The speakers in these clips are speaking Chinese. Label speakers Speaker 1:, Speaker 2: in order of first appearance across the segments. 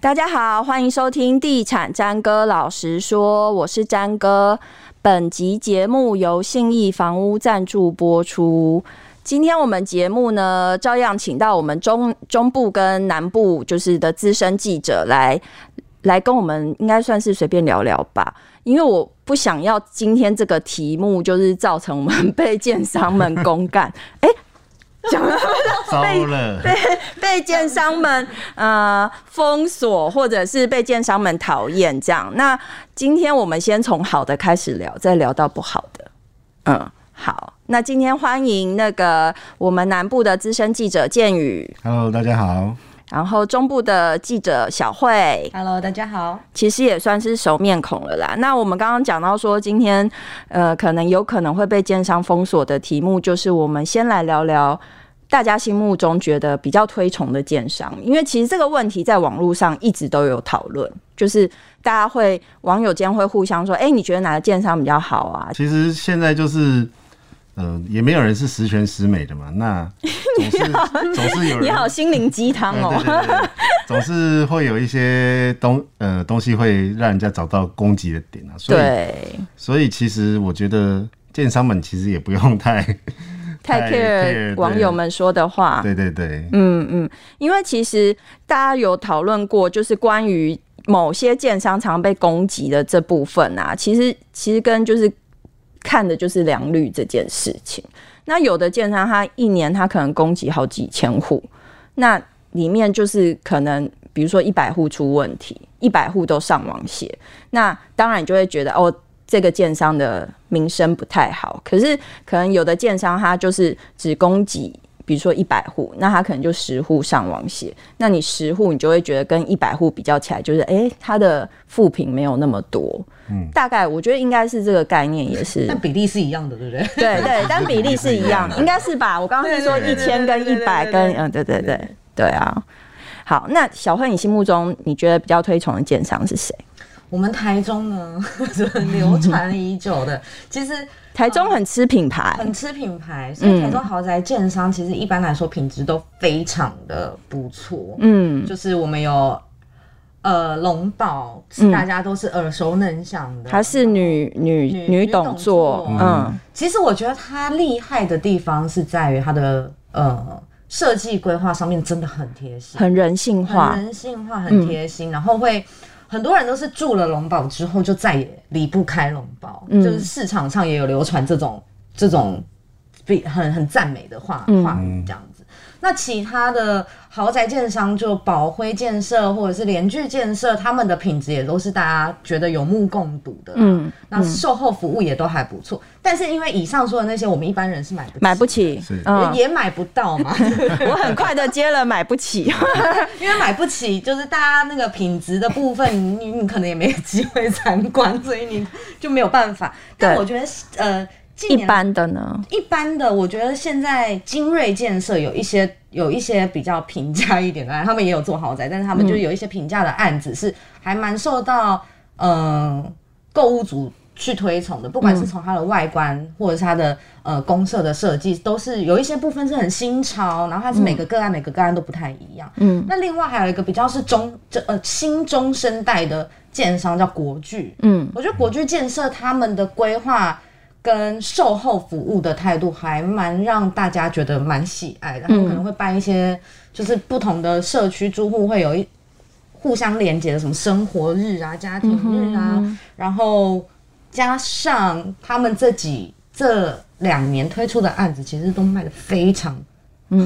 Speaker 1: 大家好，欢迎收听《地产詹哥老实说》，我是詹哥。本集节目由信义房屋赞助播出。今天我们节目呢，照样请到我们中中部跟南部就是的资深记者来来跟我们，应该算是随便聊聊吧。因为我不想要今天这个题目就是造成我们被建商们公干，哎、讲了
Speaker 2: 糟了，
Speaker 1: 被建商们呃封锁，或者是被建商们讨厌这样。那今天我们先从好的开始聊，再聊到不好的。嗯，好，那今天欢迎那个我们南部的资深记者建宇，
Speaker 2: Hello，大家好。
Speaker 1: 然后中部的记者小慧，
Speaker 3: Hello，大家好。
Speaker 1: 其实也算是熟面孔了啦。那我们刚刚讲到说，今天呃，可能有可能会被建商封锁的题目，就是我们先来聊聊大家心目中觉得比较推崇的建商，因为其实这个问题在网络上一直都有讨论，就是大家会网友间会互相说，哎、你觉得哪个建商比较好啊？
Speaker 2: 其实现在就是，呃，也没有人是十全十美的嘛。那总 是总是有人
Speaker 1: 你好，心灵鸡汤
Speaker 2: 呃
Speaker 1: 哦
Speaker 2: 对。对对对总是会有一些东呃东西会让人家找到攻击的点啊。所以
Speaker 1: 对，
Speaker 2: 所以其实我觉得建商们其实也不用太
Speaker 1: 太
Speaker 2: 太
Speaker 1: care
Speaker 2: care，
Speaker 1: 网
Speaker 2: 对。
Speaker 1: 友们说的话
Speaker 2: 对对对，
Speaker 1: 嗯嗯，因为其实大家有讨论过，就是关于某些建商常被攻击的这部分啊，其实其实跟就是看的就是良率这件事情。那有的建商他一年他可能攻击好几千户，那里面就是可能比如说一百户出问题，一百户都上网写，那当然你就会觉得哦，这个建商的名声不太好。可是可能有的建商他就是只供给，比如说一百户，那他可能就十户上网写，那你十户你就会觉得跟一百户比较起来，就是诶，他的负评没有那么多。嗯，大概我觉得应该是这个概念，也是
Speaker 3: 但比例是一样的，对不 对？
Speaker 1: 对对，但比例是一样的，应该是吧？我刚刚是说一
Speaker 3: 对对对
Speaker 1: 千跟一
Speaker 3: 对对
Speaker 1: 百
Speaker 3: 对
Speaker 1: 跟
Speaker 3: 对
Speaker 1: 嗯，对对对对啊。好，那小慧，你心目中你觉得比较推崇的建商是谁？
Speaker 3: 我们台中呢， 是流传已久的，其实
Speaker 1: 台中很吃品牌，
Speaker 3: 很吃品牌，所
Speaker 1: 嗯
Speaker 3: 以台中豪宅建商其实一般来说品质都非常的不错。
Speaker 1: 嗯，
Speaker 3: 就是我们有呃龙宝，
Speaker 1: 嗯
Speaker 3: 是大家都是耳熟能详的。
Speaker 1: 她是女女
Speaker 3: 女
Speaker 1: 女
Speaker 3: 女
Speaker 1: 董
Speaker 3: 董
Speaker 1: 座
Speaker 3: 座，
Speaker 1: 嗯
Speaker 3: 其实我觉得它厉害的地方是在于它的呃设计规划上面真的很贴心，
Speaker 1: 很人性化嗯
Speaker 3: 很，人性化，很贴心，然后会。很多人都是住了龙宝之后就再也离不开龙宝，
Speaker 1: 嗯
Speaker 3: 就是市场上也有流传这种这种比很很赞美的话
Speaker 1: 嗯
Speaker 3: 话语这样子。那其他的豪宅建商就宝辉建设或者是联聚建设，他们的品质也都是大家觉得有目共睹的。嗯，
Speaker 1: 嗯，
Speaker 3: 那售后服务也都还不错，但是因为以上说的那些，我们一般人是买不
Speaker 1: 买不
Speaker 3: 起
Speaker 1: 起
Speaker 2: 是，
Speaker 1: 嗯，
Speaker 3: 也也买不 到嘛。
Speaker 1: 我很快的接了买不起，
Speaker 3: 因为买不起，就是大家那个品质的部分，你你可能也没有机会参观，所以你就没有办法。但
Speaker 1: 对
Speaker 3: 我觉得，呃，近
Speaker 1: 一
Speaker 3: 年
Speaker 1: 般的呢，
Speaker 3: 一般的，我觉得现在精锐建设有一些有一些比较平价一点的案， 他们也有做豪宅，但是他
Speaker 1: 嗯
Speaker 3: 们就有一些平价的案子是还蛮受到嗯购、物族去推崇的，不
Speaker 1: 嗯
Speaker 3: 管是从它的外观或者是它的呃公社的设计，都是有一些部分是很新潮，然后它是每个个案、每个个案都不太一样。
Speaker 1: 嗯
Speaker 3: 那另外还有一个比较是中这呃新中生代的建商叫国巨，
Speaker 1: 嗯
Speaker 3: 我觉得国巨建设他们的规划跟售后服务的态度，还蛮让大家觉得蛮喜爱的。他们可能会办一些，就是不同的社区住户会有一互相连接的什么生活日啊、家庭日啊，然后加上他们这几这两年推出的案子，其实都卖的非常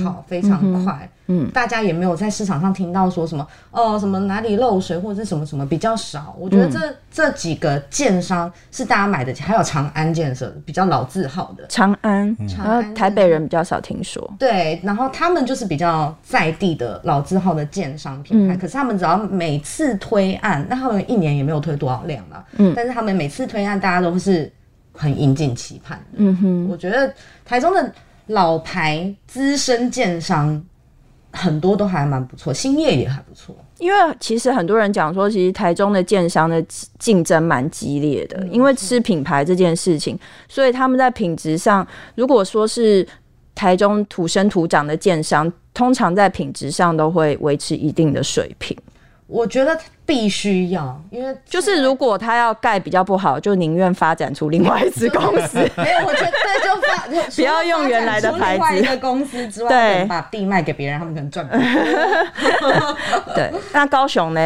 Speaker 3: 好，非常快。
Speaker 1: 嗯
Speaker 3: 嗯，大家也没有在市场上听到说什么哦，什么哪里漏水或者是什么什么比较少。我觉得这、这几个建商是大家买得起，还有长安建设比较老字号的。
Speaker 1: 长安，
Speaker 2: 嗯
Speaker 3: 长
Speaker 1: 然
Speaker 3: 安
Speaker 1: 后台北人比较少听说，
Speaker 3: 对，然后他们就是比较在地的老字号的建商品
Speaker 1: 嗯
Speaker 3: 牌，可是他们只要每次推案，那他们一年也没有推多少量啦，
Speaker 1: 嗯
Speaker 3: 但是他们每次推案，大家都是很引颈期盼的。
Speaker 1: 嗯哼，
Speaker 3: 我觉得台中的老牌资深建商很多都还蛮不错，兴业也还不错。
Speaker 1: 因为其实很多人讲说，其实台中的建商的竞争蛮激烈的，因为吃品牌这件事情，所以他们在品质上，如果说是台中土生土长的建商，通常在品质上都会维持一定的水平。
Speaker 3: 我觉得必须要，因为
Speaker 1: 就是如果他要盖比较不好，就宁愿发展出另外一支公 司。
Speaker 3: 没有，我觉得就发
Speaker 1: 不要用原来的牌子
Speaker 3: 除了发展出另外一个公司之外，
Speaker 1: 对
Speaker 3: 可能把地卖给别人，他们可能赚不到。
Speaker 1: 对，那高雄呢？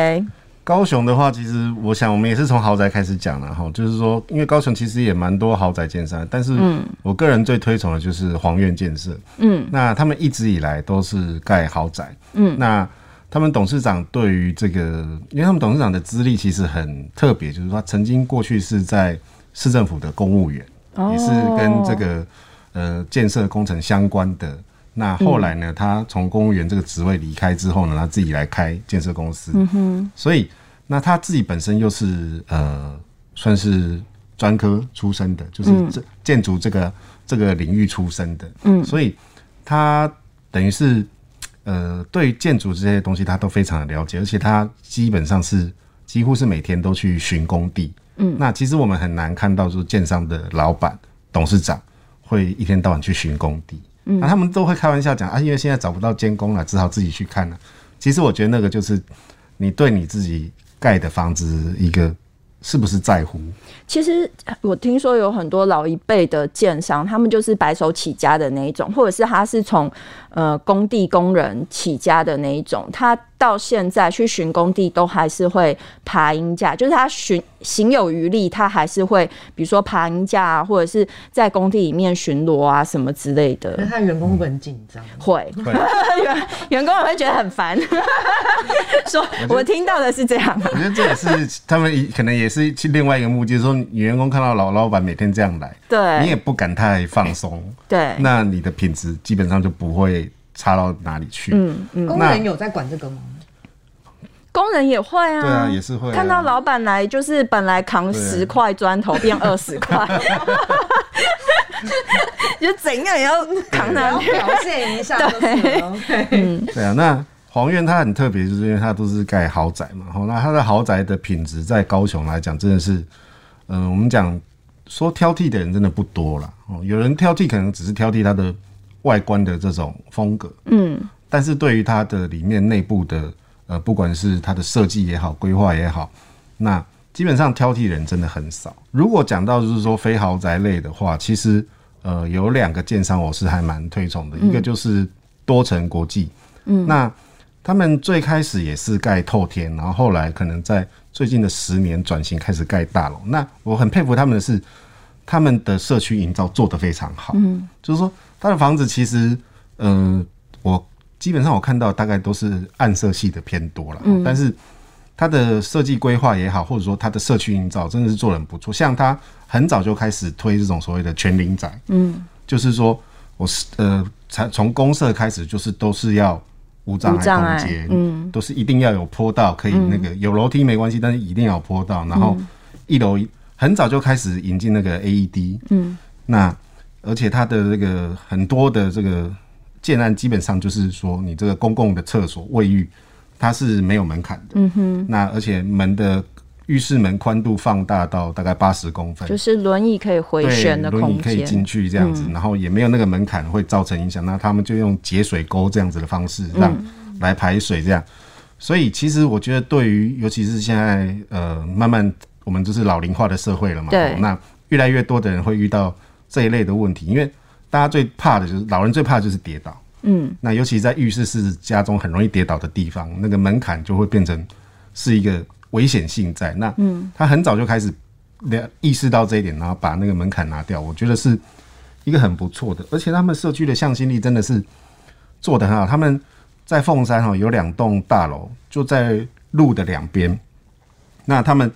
Speaker 2: 高雄的话，其实我想我们也是从豪宅开始讲了哈，就是说，因为高雄其实也蛮多豪宅建商，但是我个人最推崇的就是黄苑建设，嗯，那他们一直以来都是盖豪宅，嗯，那他们董事长对于这个，因为他们董事长的资历其实很特别，就是说他曾经过去是在市政府的公务员，也是跟这个呃建设工程相关的。那后来呢，他从公务员这个职位离开之后呢，他自己来开建设公司。嗯哼，所以那他自己本身又是呃，算是专科出身的，就是这建筑这个这个领域出身的。嗯，所以他等于是呃，对于建筑这些东西他都非常的了解，而且他基本上是几乎是每天都去巡工地。嗯，那其实我们很难看到，就是建商的老板、董事长会一天到晚去巡工地。嗯，那他们都会开玩笑讲啊，因为现在找不到监工了，只好自己去看了。其实我觉得那个就是你对你自己盖的房子一个是不是在乎？
Speaker 1: 其实我听说有很多老一辈的建商，他们就是白手起家的那一种，或者是他是从呃工地工人起家的那一种，他到现在去巡工地都还是会爬鹰架，就是他巡行有余力，他还是会比如说爬鹰架啊，或者是在工地里面巡逻啊什么之类
Speaker 3: 可
Speaker 1: 的
Speaker 3: 是，他员工会不会很紧张？
Speaker 1: 会 员员工也会觉得很烦，说我听到的是这样。
Speaker 2: 我觉得这也是他们一可能也是去另外一个目的，就是说你员工看到老老板每天这样来，你
Speaker 1: 对
Speaker 2: 也不敢太放松，
Speaker 1: 对，
Speaker 2: 那你的品质基本上就不会差到哪里去。嗯嗯，
Speaker 3: 工人有在管这个吗？
Speaker 1: 工人也会啊，
Speaker 2: 对啊，也是会啊、
Speaker 1: 看到老板来，就是本来扛
Speaker 2: 对啊
Speaker 1: 十块砖头变二十 块，就怎样也要扛
Speaker 2: 啊
Speaker 1: 上去。
Speaker 3: 表现一下就是了。OK
Speaker 2: 对啊，那黄苑它很特别，就是因为它都是盖豪宅嘛，吼，那它的豪宅的品质在高雄来讲，真的是，嗯、我们讲说挑剔的人真的不多啦，哦，有人挑剔可能只是挑剔它的外观的这种风格，嗯，但是对于它的里面内部的，呃，不管是它的设计也好，规划也好，那基本上挑剔人真的很少。如果讲到就是说非豪宅类的话，其实呃有两个建商我是还蛮推崇的，一个就是多层国际，嗯，那他们最开始也是盖透天，然后后来可能在最近的十年转型开始盖大楼。那我很佩服他们的是，他们的社区营造做得非常好，嗯，就是说他的房子其实，嗯、我基本上我看到大概都是暗色系的偏多了，但是它的设计规划也好，或者说它的社区营造真的是做得很不错。像他很早就开始推这种所谓的全龄宅，嗯，就是说我是呃，从从公社开始就是都是要无障
Speaker 1: 无障
Speaker 2: 碍
Speaker 1: 碍
Speaker 2: 空间，嗯，都是一定要有坡道，可以那个、有楼梯没关系，但是一定要有坡道。然后一楼很早就开始引进那个 AED，嗯，那而且它的这个很多的这个建案基本上就是说，你这个公共的厕所、卫浴，它是没有门槛的。嗯哼。那而且门的浴室门宽度放大到大概八十公分，
Speaker 1: 就是轮椅可以回
Speaker 2: 对，
Speaker 1: 旋的
Speaker 2: 轮椅
Speaker 1: 空
Speaker 2: 可以进
Speaker 1: 间，嗯
Speaker 2: 去这样子，然后也没有那个门槛会造成影响。那他们就用节水沟这样子的方式让
Speaker 1: 嗯
Speaker 2: 来排水这样。所以其实我觉得，对于尤其是现在呃慢慢我们就是老龄化的社会了嘛，
Speaker 1: 对
Speaker 2: 哦那越来越多的人会遇到这一类的问题，因为大家最怕的就是老人最怕的就是跌倒。嗯，那尤其在浴室是家中很容易跌倒的地方，那个门槛就会变成是一个危险性在。那嗯，他很早就开始了意识到这一点，然后把那个门槛拿掉，我觉得是一个很不错的。而且他们社区的向心力真的是做得很好。他们在凤山哦，有两栋大楼就在路的两边。那他们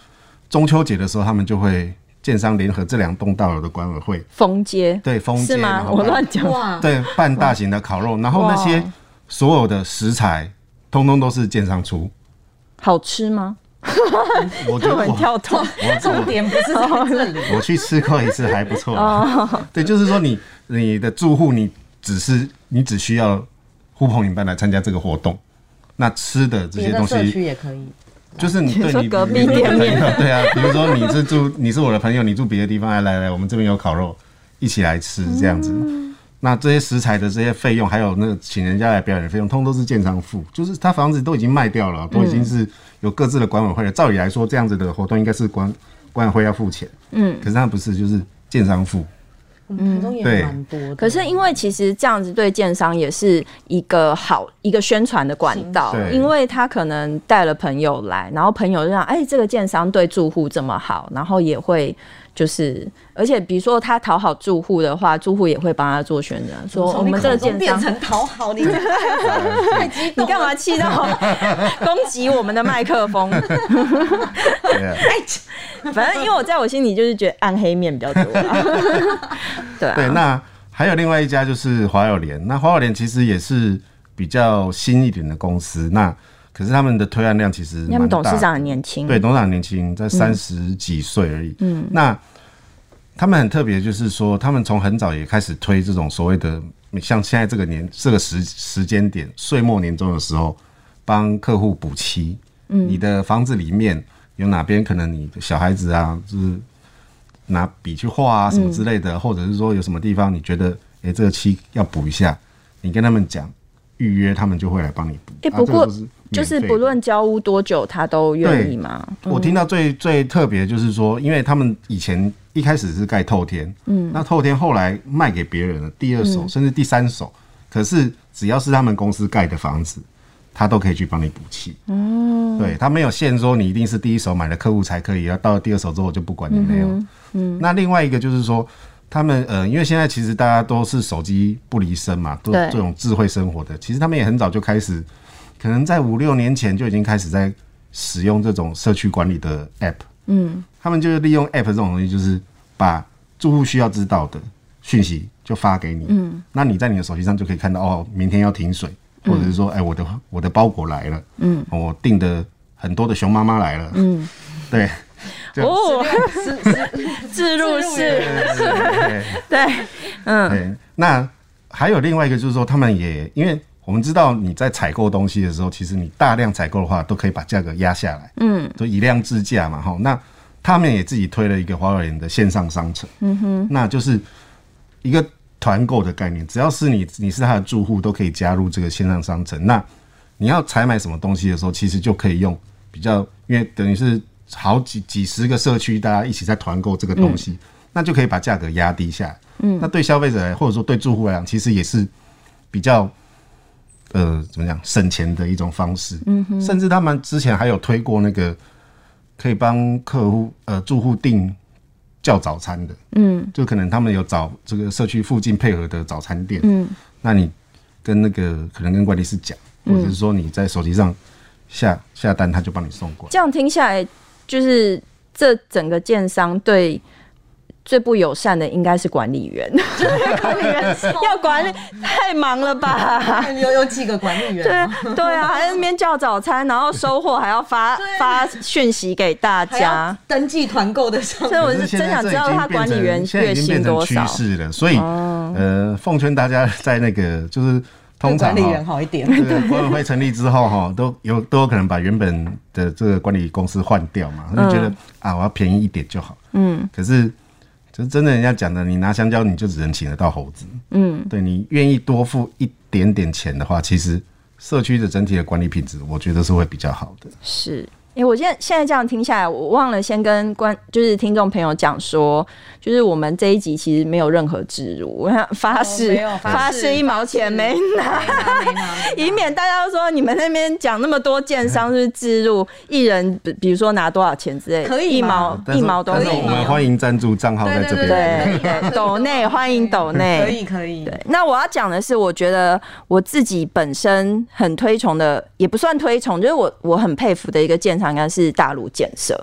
Speaker 2: 中秋节的时候，他们就会建商联合这两栋大楼的管委会，
Speaker 1: 封街
Speaker 2: 对封街，
Speaker 1: 是
Speaker 2: 然
Speaker 1: 吗？
Speaker 2: 后
Speaker 1: 我
Speaker 2: 办
Speaker 1: 乱讲，
Speaker 3: 哇，
Speaker 2: 对办大型的烤肉，然后那些
Speaker 1: 哇
Speaker 2: 所有的食材通通都是建商出。
Speaker 1: 好吃吗？
Speaker 2: 我觉得
Speaker 1: 很
Speaker 2: 我
Speaker 1: 跳脱，
Speaker 3: 重点不是在这里。
Speaker 2: 我去吃过一次，还不错啦。对，就是说你你的住户，你只是你只需要呼朋引伴来参加这个活动，那吃的这
Speaker 3: 别
Speaker 2: 些
Speaker 3: 的
Speaker 2: 东
Speaker 3: 社
Speaker 2: 西，
Speaker 3: 区也可以，
Speaker 2: 就是你
Speaker 1: 你
Speaker 2: 对
Speaker 1: 说
Speaker 2: 你
Speaker 1: 隔壁
Speaker 2: 你的
Speaker 1: 店面
Speaker 2: 朋友， 对啊，比如说你是
Speaker 1: 嗯
Speaker 2: 住你是我的朋友，你住别的地方，哎来来，我们这边有烤肉，一起来吃这样子。那这些食材的这些费用，还有那请人家来表演的费用，通通都是建商付。就是他房子都已经卖掉了，都已经是有各自的管委会了。照理来说，这样子的活动应该是管管委会要付钱，嗯，可是他不是，就是建商付。
Speaker 3: 我们台中嗯也
Speaker 2: 对
Speaker 3: 蛮多的。
Speaker 1: 嗯可是因为其实这样子对建商也是一个好一个宣传的管道
Speaker 2: 行，对
Speaker 1: 因为他可能带了朋友来，然后朋友就想，哎、这个建商对住户哎这么好，然后也会就是，而且比如说他讨好住户的话，住户也会帮他做宣传，说我
Speaker 3: 从你
Speaker 1: 们这个
Speaker 3: 口中
Speaker 1: 建
Speaker 3: 变
Speaker 1: 商。
Speaker 3: 成讨好，你太 激
Speaker 1: 你
Speaker 3: 动
Speaker 1: 干
Speaker 3: 了。
Speaker 1: 嘛气到攻击我们的麦克风？哎
Speaker 2: 对啊，
Speaker 1: 反正因为我在我心里就是觉得暗黑面比较多 啊、对啊，
Speaker 2: 对，那还有另外一家就是华友联，那华友联其实也是比较新一点的公司，那可是他们的推案量其实
Speaker 1: 他
Speaker 2: 蛮
Speaker 1: 们
Speaker 2: 大
Speaker 1: 董
Speaker 2: 的。
Speaker 1: 事长很年轻，
Speaker 2: 对，董事长年轻，
Speaker 1: 嗯
Speaker 2: 在三十几岁而已。嗯，那他们很特别，就是说他们从很早也开始推这种所谓的，像现在这个年这个时时间点，岁末年终的时候，帮客户补漆。嗯，你的房子里面有哪边可能你的小孩子啊，就是拿笔去画啊什么之类
Speaker 1: 嗯
Speaker 2: 的，或者是说有什么地方你觉得，诶，这个漆要补一下，你跟他们讲。预约他们就会来帮你补。
Speaker 1: 哎、
Speaker 2: 啊
Speaker 1: 不
Speaker 2: 这
Speaker 1: 过
Speaker 2: 个都是
Speaker 1: 就
Speaker 2: 免
Speaker 1: 是
Speaker 2: 费
Speaker 1: 不
Speaker 2: 的
Speaker 1: 论交屋多久，他都愿
Speaker 2: 对
Speaker 1: 意吗？
Speaker 2: 我听到最最特别就是说，因为他们以前一开始是盖透天，嗯，那透天后来卖给别人了，第二手、甚至第三手，可是只要是他们公司盖的房子，他都可以去帮你补漆。嗯，对他没有限说你一定是第一手买的客户才可以，要到了第二手之后我就不管你没有。嗯，那另外一个就是说。他们呃，因为现在其实大家都是手机不离身嘛，都
Speaker 1: 对
Speaker 2: 这种智慧生活的，其实他们也很早就开始可能在五六年前就已经开始在使用这种社区管理的 app。嗯，他们就是利用 app 这种东西，就是把住户需要知道的讯息就发给你。嗯，那你在你的手机上就可以看到哦，明天要停水，或者是说，哎、我的我的包裹来了。嗯，我订的很多的熊妈妈来了。嗯，对。对
Speaker 1: 哦，
Speaker 3: 是是，
Speaker 1: 自入
Speaker 3: 自入
Speaker 1: 式，
Speaker 2: 对对对对
Speaker 1: 对，
Speaker 2: 对，那还有另外一个就是说，他们也因为我们知道你在采购东西的时候，其实你大量采购的话，都可以把价格压下来，嗯，就以量制价嘛，哈。那他们也自己推了一个华尔园的线上商城，嗯哼，那就是一个团购的概念，只要是你你是他的住户，都可以加入这个线上商城。那你要采买什么东西的时候，其实就可以用比较，因为等于是好几几十个社区，大家一起在团购这个东西，那就可以把价格压低下来。嗯，那对消费者来，或者说对住户来讲，其实也是比较。呃，怎么讲省钱的一种方式，嗯哼，甚至他们之前还有推过那个可以帮客户呃住户订叫早餐的，嗯，就可能他们有找这个社区附近配合的早餐店，嗯，那你跟那个可能跟管理师讲，或者是说你在手机上下下单，他就帮你送过来。
Speaker 1: 这样听下来，就是这整个建商对。最不友善的应该是管理员，管理员 要管理太忙了吧？
Speaker 3: 有有几个管理 员
Speaker 1: 对
Speaker 3: 啊，
Speaker 1: 对啊，还在那边叫早餐，然后收货还要发发讯息给大
Speaker 3: 还要
Speaker 1: 家，
Speaker 3: 登记团购的上
Speaker 1: 所以我
Speaker 2: 可
Speaker 1: 是
Speaker 2: 现
Speaker 1: 真
Speaker 2: 在
Speaker 1: 想
Speaker 2: 这
Speaker 1: 知道
Speaker 2: 已经
Speaker 1: 他管理
Speaker 2: 变成
Speaker 1: 员
Speaker 2: 现在
Speaker 1: 月
Speaker 2: 已经变
Speaker 1: 薪
Speaker 2: 成
Speaker 1: 多少哦
Speaker 2: 趋。势了，所以、呃，奉劝大家 在那个就是通常
Speaker 3: 对管理
Speaker 2: 哈
Speaker 3: 员好一点。
Speaker 2: 这个管委会成立之后，哈，都有都有可能把原本的这个管理公司换掉嘛，他就
Speaker 1: 嗯
Speaker 2: 觉得、啊，我要便宜一点就好。嗯，可是就是真的人家讲的，你拿香蕉你就只能请得到猴子。嗯，对你愿意多付一点点钱的话，其实社区的整体的管理品质，我觉得是会比较好的。
Speaker 1: 是，哎、我现在现在这样听下来，我忘了先跟观就是听众朋友讲说，就是我们这一集其实没有任何植入，我想发誓、
Speaker 3: 哦没有发
Speaker 1: 发
Speaker 3: 誓
Speaker 1: 誓一毛钱没拿。
Speaker 3: 没拿没
Speaker 1: 以免大家都说你们那边讲那么多建商是不是置入一人，比比如说拿多少钱之类的，
Speaker 3: 可以
Speaker 1: 一毛
Speaker 3: 吗
Speaker 2: 但
Speaker 1: 一
Speaker 2: 是
Speaker 1: 毛都
Speaker 2: 但
Speaker 1: 没
Speaker 2: 是我
Speaker 1: 有。
Speaker 2: 们欢迎赞助账号在这边。
Speaker 1: 对对，抖内欢迎抖内，
Speaker 3: 拿可以可以，
Speaker 1: 对，那我要讲的是，我觉得我自己本身很推崇的，也不算推崇，就是我我很佩服的一个建厂，应该是大陆建设。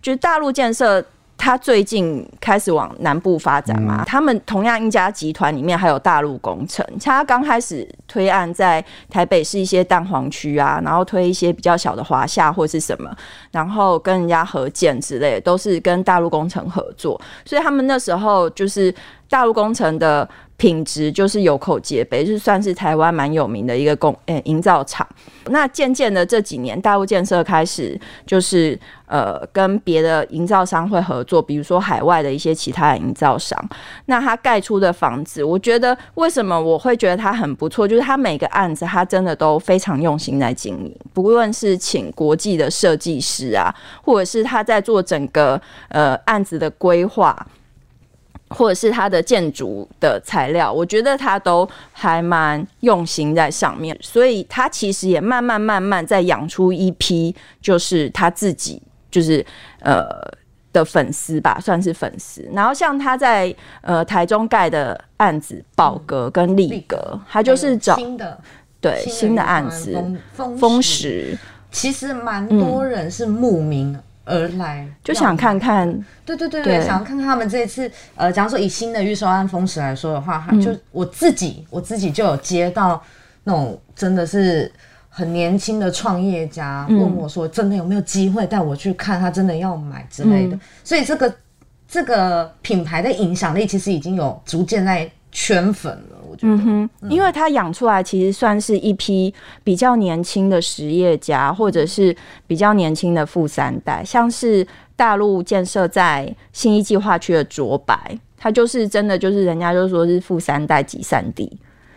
Speaker 1: 就是大陆建设，它最近开始往南部发展嘛。他们同样一家集团里面还有大陆工程，它刚开始推案在台北市一些蛋黄区啊，然后推一些比较小的华夏或是什么，然后跟人家合建之类的，都是跟大陆工程合作。所以他们那时候就是。大陆工程的品质就是有口皆碑，就是算是台湾蛮有名的一个工呃营造厂。那渐渐的这几年，大陆建设开始就是呃跟别的营造商会合作，比如说海外的一些其他的营造商。那他盖出的房子，我觉得为什么我会觉得他很不错，就是他每个案子他真的都非常用心在经营，不论是请国际的设计师啊，或者是他在做整个呃案子的规划。或者是它的建筑的材料，我觉得它都还蛮用心在上面，所以它其实也慢慢慢慢在养出一批，就是他自己就是呃的粉丝吧，算是粉丝。然后像他在呃台中盖的案子，宝格
Speaker 3: 嗯
Speaker 1: 跟力格，他就是找
Speaker 3: 新的
Speaker 1: 对
Speaker 3: 新的
Speaker 1: 新的案
Speaker 3: 地
Speaker 1: 子
Speaker 3: 方，风
Speaker 1: 风
Speaker 3: 风石，
Speaker 1: 石
Speaker 3: 其实蛮多人是慕名而来，
Speaker 1: 嗯就想看看，
Speaker 3: 对对对
Speaker 1: 对
Speaker 3: 对，想看看他们这一次，呃，假如说以新的预售案风石来说的话，
Speaker 1: 嗯
Speaker 3: 它就我自己我自己就有接到那种真的是很年轻的创业家
Speaker 1: 嗯
Speaker 3: 问我说，真的有没有机会带我去看，他真的要买之类
Speaker 1: 嗯
Speaker 3: 的，所以这个这个品牌的影响力其实已经有逐渐在圈粉了，我觉得。
Speaker 1: 嗯哼，因为他养出来其实算是一批比较年轻的实业家，或者是比较年轻的富三代，像是大陆建设在新一计划区的卓白，他就是真的就是人家就说是富三代集散地，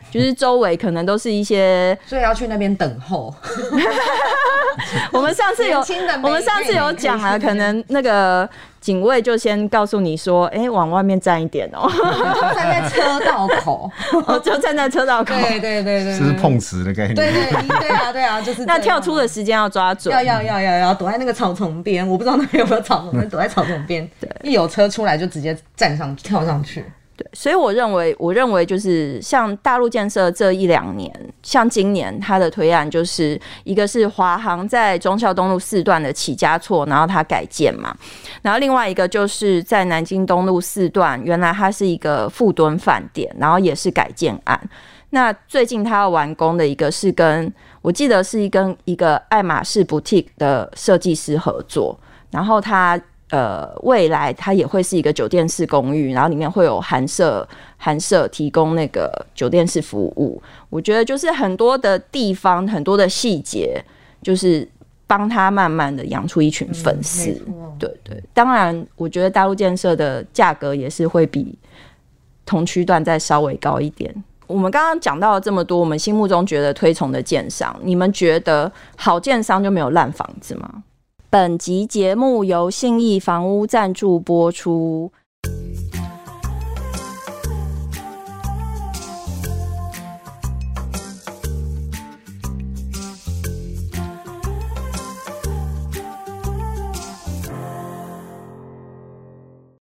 Speaker 1: 就是周围可能都是一 些
Speaker 3: 所以要去那边等候，
Speaker 1: 我们上次有
Speaker 3: 年轻的美
Speaker 1: 我们上次有讲啊，可能那个警卫就先告诉你说，哎、往外面站一点 哦、
Speaker 3: 站在车道口。
Speaker 1: 我就站在车道口，
Speaker 3: 对对对对，
Speaker 2: 这是碰瓷的概念。
Speaker 3: 对对 对对啊对啊，就是这
Speaker 1: 那
Speaker 3: 样
Speaker 1: 跳出的时间要抓准
Speaker 3: 要。要要要要躲在那个草丛边，我不知道那边有没有草丛，躲在草 丛边，一有车出来就直接站上跳上去。
Speaker 1: 所以我认为，我认为就是像大陆建设这一两年，像今年它的推案就是一个是华航在忠孝东路四段的起家厝，然后它改建嘛，然后另外一个就是在南京东路四段，原来它是一个富敦饭店，然后也是改建案。那最近它要完工的一个是跟我记得是跟一个爱马仕 boutique 的设计师合作，然后它呃未来它也会是一个酒店式公寓，然后里面会有韩舍韩舍提供那个酒店式服务。我觉得就是很多的地方很多的细节，就是帮他慢慢的养出一群粉丝。对对，当然，我觉得大陆建设的价格也是会比同区段再稍微高一点。我们刚刚讲到了这么多，我们心目中觉得推崇的建商，你们觉得好建商就没有烂房子吗？本集节目由信义房屋赞助播出。